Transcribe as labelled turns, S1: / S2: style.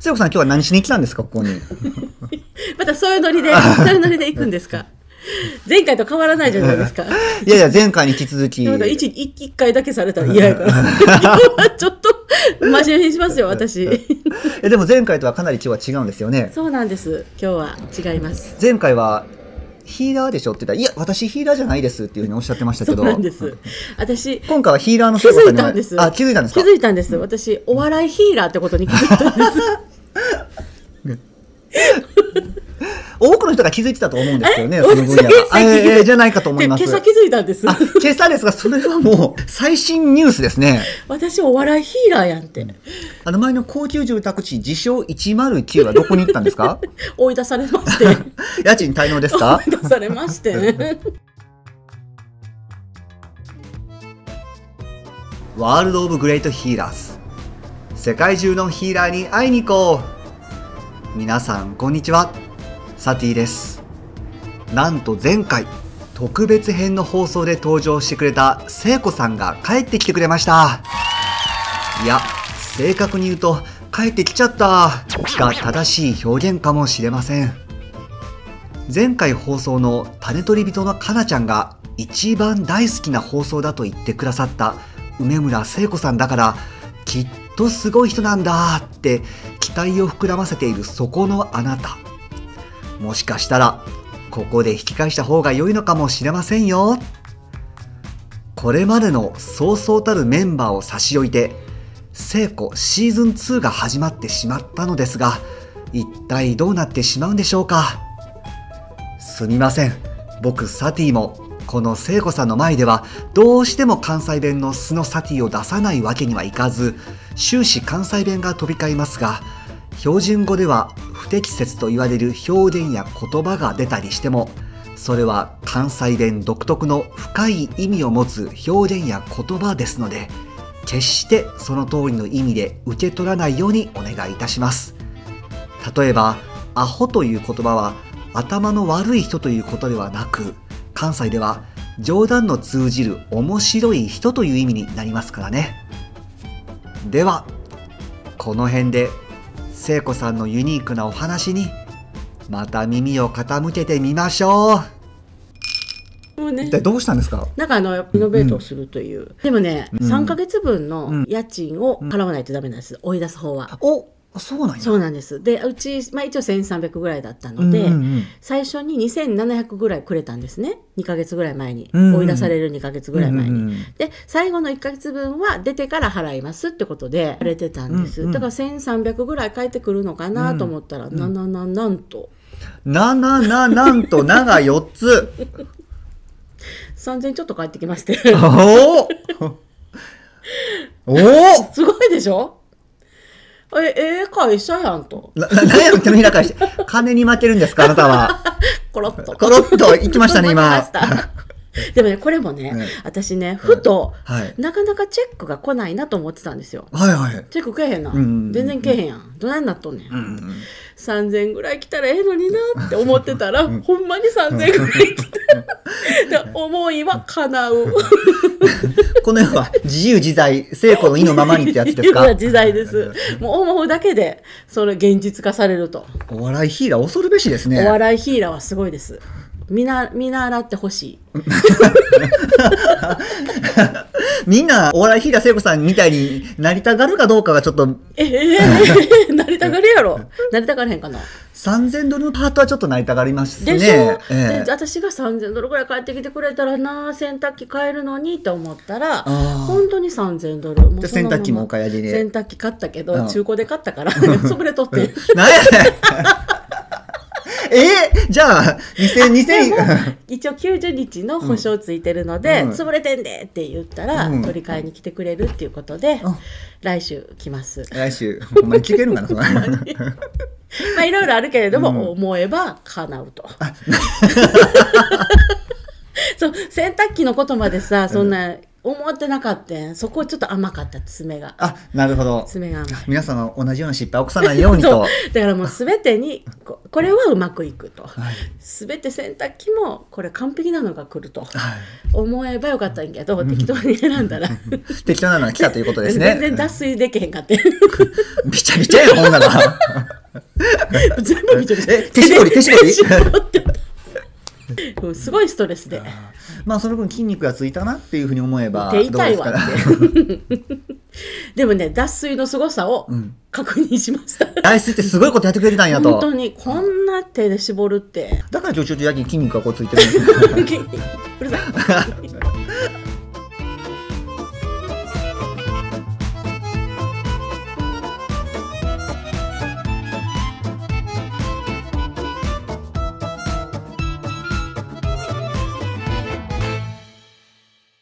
S1: つよこさん今日は何しに来たんですかここ に
S2: またそういう ノリで、そういうノリで行くんですか。前回と変わらないじゃないですか。
S1: いやいや前回に引き続き
S2: なんか一一一回だけされたら嫌 やから。今日はちょっと真面目にしますよ、私。
S1: えでも前回とはかなり今日は違うんですよね
S2: そうなんです。今日は違います。
S1: 前回はヒーラーでしょって言ったら「いや私ヒーラーじゃないです」っていうふうにおっしゃってました
S2: そ
S1: けど
S2: うなんです。私。
S1: 今回はヒーラーの
S2: 気
S1: 聖子
S2: づ
S1: さ
S2: い
S1: に
S2: たんです。
S1: あ気づいたんですか
S2: 気づいたんです。私、お笑いヒーラーってことに気づいたんです。
S1: 多くの人が気づいてたと思うんですよね
S2: え
S1: その 分野
S2: 私先
S1: は、
S2: に
S1: ええじゃないかと思い
S2: 今
S1: ます
S2: 朝気づいたんです。
S1: あ今朝ですがそれはもう最新ニュースですね
S2: 私、お笑いヒーラーやんって。
S1: あの前の高級住宅地自称109はどこに行ったんです か
S2: 追い出されまして。
S1: 家賃滞納ですか
S2: 追い出されまし てね。
S1: ワールド・オブ・グレイト・ヒーラーズ世界中のヒーラーに会いに行こう皆さんこんにちはサティですなんと前回特別編の放送で登場してくれた聖子さんが帰ってきてくれましたいや正確に言うと帰ってきちゃったが正しい表現かもしれません前回放送の種取り人のかなちゃんが一番大好きな放送だと言ってくださった梅村聖子さんだからきっとすごい人なんだって期待を膨らませているそこのあなたもしかしたらここで引き返した方が良いのかもしれませんよこれまでのそうそうたるメンバーを差し置いて聖子シーズン2が始まってしまったのですが一体どうなってしまうんでしょうかすみません僕サティもこの聖子さんの前ではどうしても関西弁の素のサティを出さないわけにはいかず終始関西弁が飛び交いますが標準語では不適切と言われる表現や言葉が出たりしてもそれは関西弁独特の深い意味を持つ表現や言葉ですので決してその通りの意味で受け取らないようにお願いいたします例えば「アホ」という言葉は頭の悪い人ということではなく関西では冗談の通じる面白い人という意味になりますからねではこの辺で聖子さんのユニークなお話にまた耳を傾けてみましょう
S2: もうね。
S1: どうしたんですか
S2: なんかあの、リノベートをするという。でもね、
S1: うん
S2: 3ヶ月分
S1: うん
S2: の家賃を払わないとダメなんです。追い出す方は。
S1: おそうなんや
S2: そうなんです。で、うち、まあ一応1300ぐらいだったので、
S1: うんうん
S2: 最初に2700ぐらいくれたんですね。2ヶ月ぐらい前に。
S1: うん
S2: 追い出される2ヶ月ぐらい前に。
S1: うんうんうん
S2: で、最後の1ヶ月分は出てから払いますってことで、くれてたんです。
S1: うんうん
S2: だから1300ぐらい返ってくるのかなと思ったら、
S1: ん
S2: ななななんと、
S1: ななななんとなが4つ
S2: 3000ちょっと返ってきまして。
S1: おおおお
S2: すごいでしょえ、ええ会社やんと。
S1: な、ななんやろ手のひら返して。金に負けるんですかあなたは。
S2: コロッと。
S1: コロッと行きましたね、
S2: 思い
S1: 今。
S2: ましたでもね、これもね、
S1: うん
S2: 私ね、ふと、
S1: はい。
S2: なかなかチェックが来ないなと思ってたんですよ。
S1: はいはい。
S2: チェックけえへんな。
S1: うんうんうんうん
S2: 全然けえへんやん。どないなっとんねん。
S1: うんうん
S2: 3000ぐらい来たらええのになって思ってたら、ほんまに3000ぐらい来た。で、思いは叶う。
S1: この世は自由自在、成功の意のままにってやつですか
S2: 時代です。もう思うだけで、それ現実化されると。
S1: お笑いヒーラー恐るべしですね。
S2: お笑いヒーラーはすごいです。見な、見習ってほしい。
S1: みんなお笑いヒーラー聖子さんみたいになりたがるかどうかがちょっと
S2: ええなりたがるやろ。なりたがれへんかな。
S1: 3000ドルのパートはちょっとなりたがりますね。
S2: でしょ、
S1: ええ
S2: で私が3000ドルぐらい返ってきてくれたらなあ洗濯機買えるのにと思った
S1: あ
S2: ら
S1: ー
S2: 本当に3000ドルもう
S1: じゃあ
S2: そのまま
S1: 洗濯機もお買い上げで
S2: 洗濯機買ったけど、
S1: うん
S2: 中古で買ったから 潰れ とって
S1: なんやねん えーじゃあ、2000、2000、
S2: 一応90日の保証ついてるので、
S1: うん
S2: 潰れてんでって言ったら、
S1: うん
S2: 取り替えに来てくれるっていうことで、
S1: うん
S2: 来週来ます
S1: 来週、お前聞けるんかな、その
S2: まあいろいろあるけれども、思えば叶うと。 そう洗濯機のことまでさそんな、思ってなかったんそこちょっと甘かった爪が
S1: あなるほど
S2: 爪が甘い
S1: 皆さんは同じような失敗を起こさないように
S2: そ
S1: と
S2: うだからもう全てにここれはうまくいくと
S1: はい
S2: 全て洗濯機もこれ完璧なのが来ると
S1: は
S2: 思えばよかったんやけど適当に選んだら
S1: い適当なのが来たということですね
S2: 全然脱水できへんかって
S1: びちゃびちゃやほんなら
S2: 全部見てる
S1: え 手絞り手絞り
S2: ってたうんすごいストレスで
S1: まあその分筋肉がついたなっていうふうに思えばど
S2: 手
S1: う
S2: 痛
S1: で
S2: い
S1: す
S2: わ
S1: か
S2: ってでもね脱水の凄さを
S1: うん
S2: 確認しました、
S1: 大水ってすごいことやってくれてたんや
S2: 本当
S1: と
S2: にこんな手で絞るって
S1: だからちょちょちょやき筋肉がこうついてるんですね
S2: うるさい